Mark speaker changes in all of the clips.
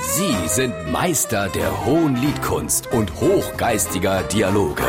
Speaker 1: Sie sind Meister der hohen Liedkunst und hochgeistiger Dialoge.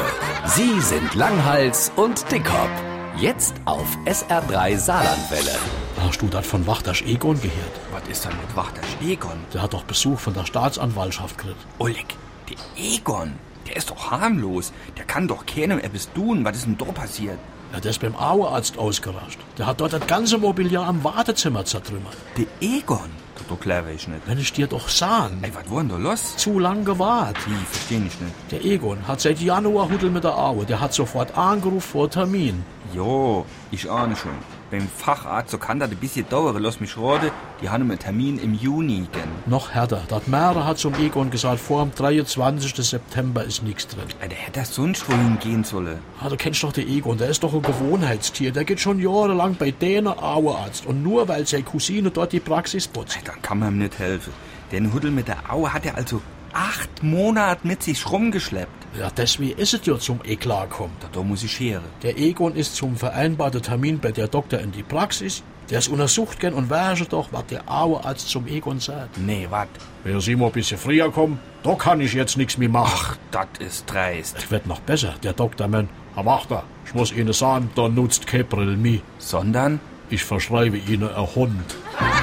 Speaker 1: Sie sind Langhals und Dickhop. Jetzt auf SR3 Saarlandwelle.
Speaker 2: Hast du das von Wachtasch Egon gehört?
Speaker 3: Was ist denn mit Wachter Egon?
Speaker 2: Der hat doch Besuch von der Staatsanwaltschaft gekriegt.
Speaker 3: Oleg, der Egon, der ist doch harmlos. Der kann doch keinem etwas tun. Was ist denn da passiert?
Speaker 2: Ja, der ist beim Auerarzt ausgerascht. Der hat dort das ganze Mobiliar am Wartezimmer zertrümmert.
Speaker 3: Der Egon? Das doch clever ich nicht.
Speaker 2: Wenn ich dir doch sahen,
Speaker 3: Ey, was war denn da los?
Speaker 2: zu lang gewartet.
Speaker 3: Die versteh ich nicht.
Speaker 2: Der Egon hat seit Januar Huddel mit der Aue. Der hat sofort angerufen vor Termin.
Speaker 3: Jo, ich ahne schon. Beim Facharzt, so kann das ein bisschen dauern. Lass mich raten, die haben einen Termin im Juni. Gell?
Speaker 2: Noch härter. Das Mährer hat zum Egon gesagt, vor dem 23. September ist nichts drin.
Speaker 3: Ey, der hätte sonst wohin gehen sollen.
Speaker 2: Ah, du kennst doch den Egon, der ist doch ein Gewohnheitstier. Der geht schon jahrelang bei denen Auerarzt. Und nur weil seine Cousine dort die Praxis putzt.
Speaker 3: Ey, dann kann man ihm nicht helfen. Den Huddel mit der Aue hat er also acht Monate mit sich rumgeschleppt.
Speaker 2: Ja, deswegen ist es ja zum Eklat kommt.
Speaker 3: Da muss ich schere.
Speaker 2: Der Egon ist zum vereinbarten Termin bei der Doktor in die Praxis. Der ist untersucht gern und wäre doch, was der Auerarzt zum Egon sagt.
Speaker 3: Nee, wat?
Speaker 2: Wenn Sie mal ein bisschen früher kommen, da kann ich jetzt nichts mehr machen.
Speaker 3: Das ist dreist.
Speaker 2: Es wird noch besser, der Doktor meint, Herr Wachter, ich muss Ihnen sagen, da nutzt Kepril mich.
Speaker 3: Sondern?
Speaker 2: Ich verschreibe Ihnen einen Hund.